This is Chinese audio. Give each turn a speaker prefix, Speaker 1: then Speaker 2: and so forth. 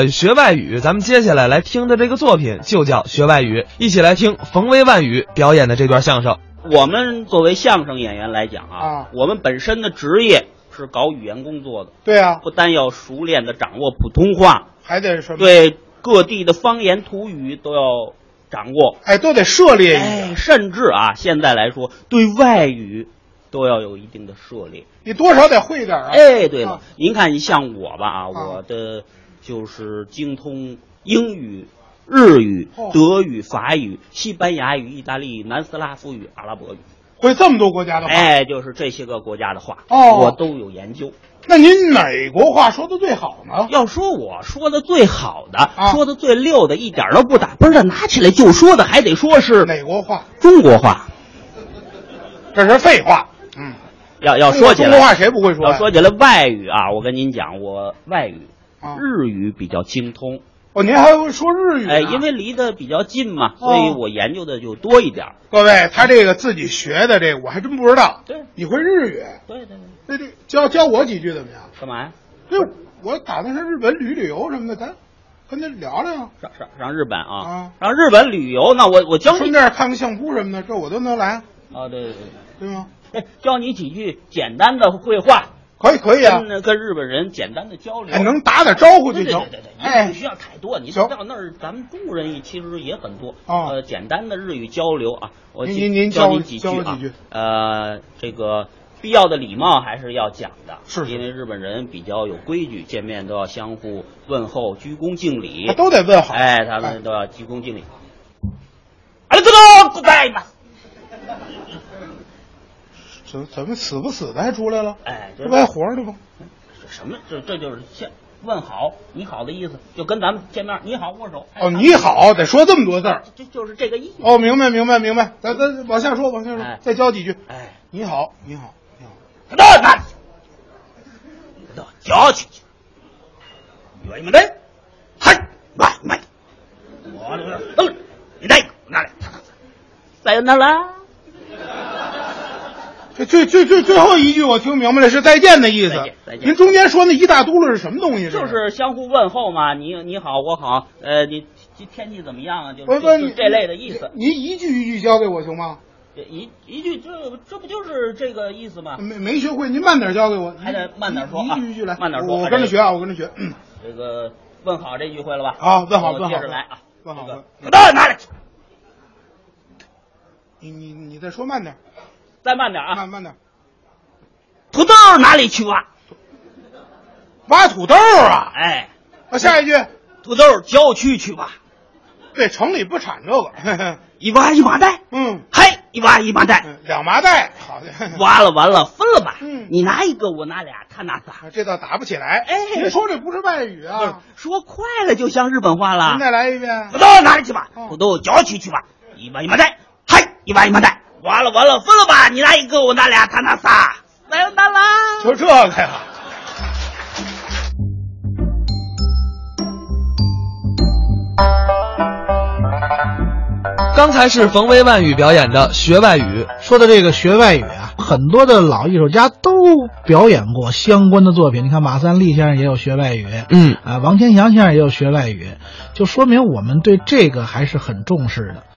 Speaker 1: 呃，学外语，咱们接下来来听的这个作品就叫《学外语》，一起来听冯威万语表演的这段相声。
Speaker 2: 我们作为相声演员来讲啊，
Speaker 3: 啊
Speaker 2: 我们本身的职业是搞语言工作的，
Speaker 3: 对啊，
Speaker 2: 不单要熟练的掌握普通话，
Speaker 3: 还得什么？，
Speaker 2: 对各地的方言土语都要掌握，
Speaker 3: 哎，都得涉猎一下。
Speaker 2: 哎，甚至啊，现在来说对外语都要有一定的涉猎。
Speaker 3: 你多少得会点儿啊。
Speaker 2: 哎，对了
Speaker 3: 啊，
Speaker 2: 您看，你像我吧啊，
Speaker 3: 啊
Speaker 2: 我的就是精通英语、日语
Speaker 3: 哦、
Speaker 2: 德语、法语、西班牙语、意大利语、南斯拉夫语、阿拉伯语，
Speaker 3: 会这么多国家的话，
Speaker 2: 哎，就是这些个国家的话，
Speaker 3: 哦
Speaker 2: 我都有研究。
Speaker 3: 那您哪国话说的最好呢？
Speaker 2: 要说我说的最好的，
Speaker 3: 哦啊
Speaker 2: 说的最溜的，一点儿都不打奔儿的，拿起来就说的，还得说是
Speaker 3: 哪国话？
Speaker 2: 中国话。
Speaker 3: 这是废话。嗯，
Speaker 2: 要要说起
Speaker 3: 中国
Speaker 2: 来，
Speaker 3: 话谁不会说
Speaker 2: 要
Speaker 3: 呀？
Speaker 2: 说起来外语啊，我跟您讲，我外语、
Speaker 3: 啊
Speaker 2: 日语比较精通。
Speaker 3: 哦，您还会说日语啊呢？
Speaker 2: 哎，因为离得比较近嘛，
Speaker 3: 哦
Speaker 2: 所以我研究的就多一点儿。
Speaker 3: 各位他这个自己学的这个，我还真不知道。
Speaker 2: 对
Speaker 3: 你会日语？
Speaker 2: 对对对，
Speaker 3: 那这教教我几句怎么样？
Speaker 2: 干嘛呀？
Speaker 3: 对，我打算上日本旅旅游什么的，咱跟他聊聊，
Speaker 2: 上上上日本啊？
Speaker 3: 啊
Speaker 2: 上日本旅游，那我我教
Speaker 3: 顺
Speaker 2: 你
Speaker 3: 便看个相扑什么的，这我都能来，
Speaker 2: 啊，对对对，
Speaker 3: 对吗？
Speaker 2: 哎教你几句简单的绘画，
Speaker 3: 可以，可以啊
Speaker 2: 跟。那跟日本人简单的交流，
Speaker 3: 哎，能打打招呼
Speaker 2: 对
Speaker 3: 就
Speaker 2: 对
Speaker 3: 行
Speaker 2: 对对对，。你
Speaker 3: 哎
Speaker 2: 不，需要太多，你
Speaker 3: 行
Speaker 2: 到那儿咱们中国人其实也很多，
Speaker 3: 哦
Speaker 2: 呃，简单的日语交流啊，我
Speaker 3: 您
Speaker 2: 几
Speaker 3: 您您
Speaker 2: 教
Speaker 3: 教
Speaker 2: 你
Speaker 3: 我
Speaker 2: 几句
Speaker 3: 教我
Speaker 2: 啊
Speaker 3: 几句，
Speaker 2: 呃，这个必要的礼貌还是要讲的，
Speaker 3: 是是
Speaker 2: 因为日本人比较有规矩，见面都要相互问候、鞠躬敬礼
Speaker 3: 他，啊都得问好。
Speaker 2: 哎，他们都要鞠躬敬礼。
Speaker 3: 哎
Speaker 2: ありがとうございます。
Speaker 3: 怎怎么死不死的还出来了？
Speaker 2: 哎，
Speaker 3: 这
Speaker 2: 这
Speaker 3: 不还活着的吗？
Speaker 2: 这什么？这这就是先问好，你好的意思，就跟咱们见面，你好握手。哎
Speaker 3: 哦，你，好，得说这么多字儿。
Speaker 2: 这就是这个意思。
Speaker 3: 哦，明白明白明白。咱咱往下说，往下说
Speaker 2: 哎，
Speaker 3: 再教几句。
Speaker 2: 哎。
Speaker 3: 你好，你好，你好。
Speaker 2: 那那，那矫情去，你们来，嗨，来来，我来了，等你来，拿来，再有那啦，
Speaker 3: 这最最最最后一句我听明白了，是再见的意思
Speaker 2: 再见再。见
Speaker 3: 您中间说那一大嘟噜是什么东西？这
Speaker 2: 就是相互问候嘛，你你好，我好，呃，你今天气怎么样啊？就
Speaker 3: 不
Speaker 2: 是
Speaker 3: 是不是
Speaker 2: 就
Speaker 3: 你
Speaker 2: 就这类的意思，
Speaker 3: 您您一句一句教给我行吗？
Speaker 2: 一一句这这不就是这个意思吗？
Speaker 3: 没没学会，您慢点教给我。
Speaker 2: 啊还得慢点说啊
Speaker 3: 一句一句来，
Speaker 2: 慢点说
Speaker 3: 我
Speaker 2: 还得
Speaker 3: 我跟着学啊，我跟着学。嗯
Speaker 2: 这个问好这句会了吧？
Speaker 3: 好问好
Speaker 2: 我
Speaker 3: 问好
Speaker 2: 接着来啊，
Speaker 3: 问好
Speaker 2: 这个
Speaker 3: 问
Speaker 2: 那拿来，
Speaker 3: 你你你再说慢点，
Speaker 2: 再慢点啊，
Speaker 3: 慢慢点。
Speaker 2: 土豆哪里去啊挖？
Speaker 3: 挖土豆啊！
Speaker 2: 哎。
Speaker 3: 啊，下一句，
Speaker 2: 土豆郊区去吧，
Speaker 3: 对，城里不产这个。
Speaker 2: 一挖一麻袋，
Speaker 3: 嗯，
Speaker 2: 嗨，一挖一麻袋，
Speaker 3: 嗯两麻袋，好 的。
Speaker 2: 挖了完了分了吧，
Speaker 3: 嗯
Speaker 2: 你拿一个我拿俩，他拿仨，
Speaker 3: 啊这倒打不起来。
Speaker 2: 哎
Speaker 3: 您说这不是啊外语
Speaker 2: 不是
Speaker 3: 啊？
Speaker 2: 说快了就像日本话了
Speaker 3: 您，再来一遍
Speaker 2: 土。豆拿里去吧，
Speaker 3: 嗯
Speaker 2: 土豆郊区去吧，一挖一麻袋，嗨，一挖一麻袋，挖了完了分了吧，你拿一个我拿俩，他拿仨，来吧，拿啦，
Speaker 3: 就这个呀？
Speaker 1: 刚才是冯威万语表演的《学外语》，
Speaker 4: 说到这个学外语啊，很多的老艺术家都表演过相关的作品。你看马三立先生也有学外语，
Speaker 1: 嗯。
Speaker 4: 啊，王千祥先生也有学外语，就说明我们对这个还是很重视的。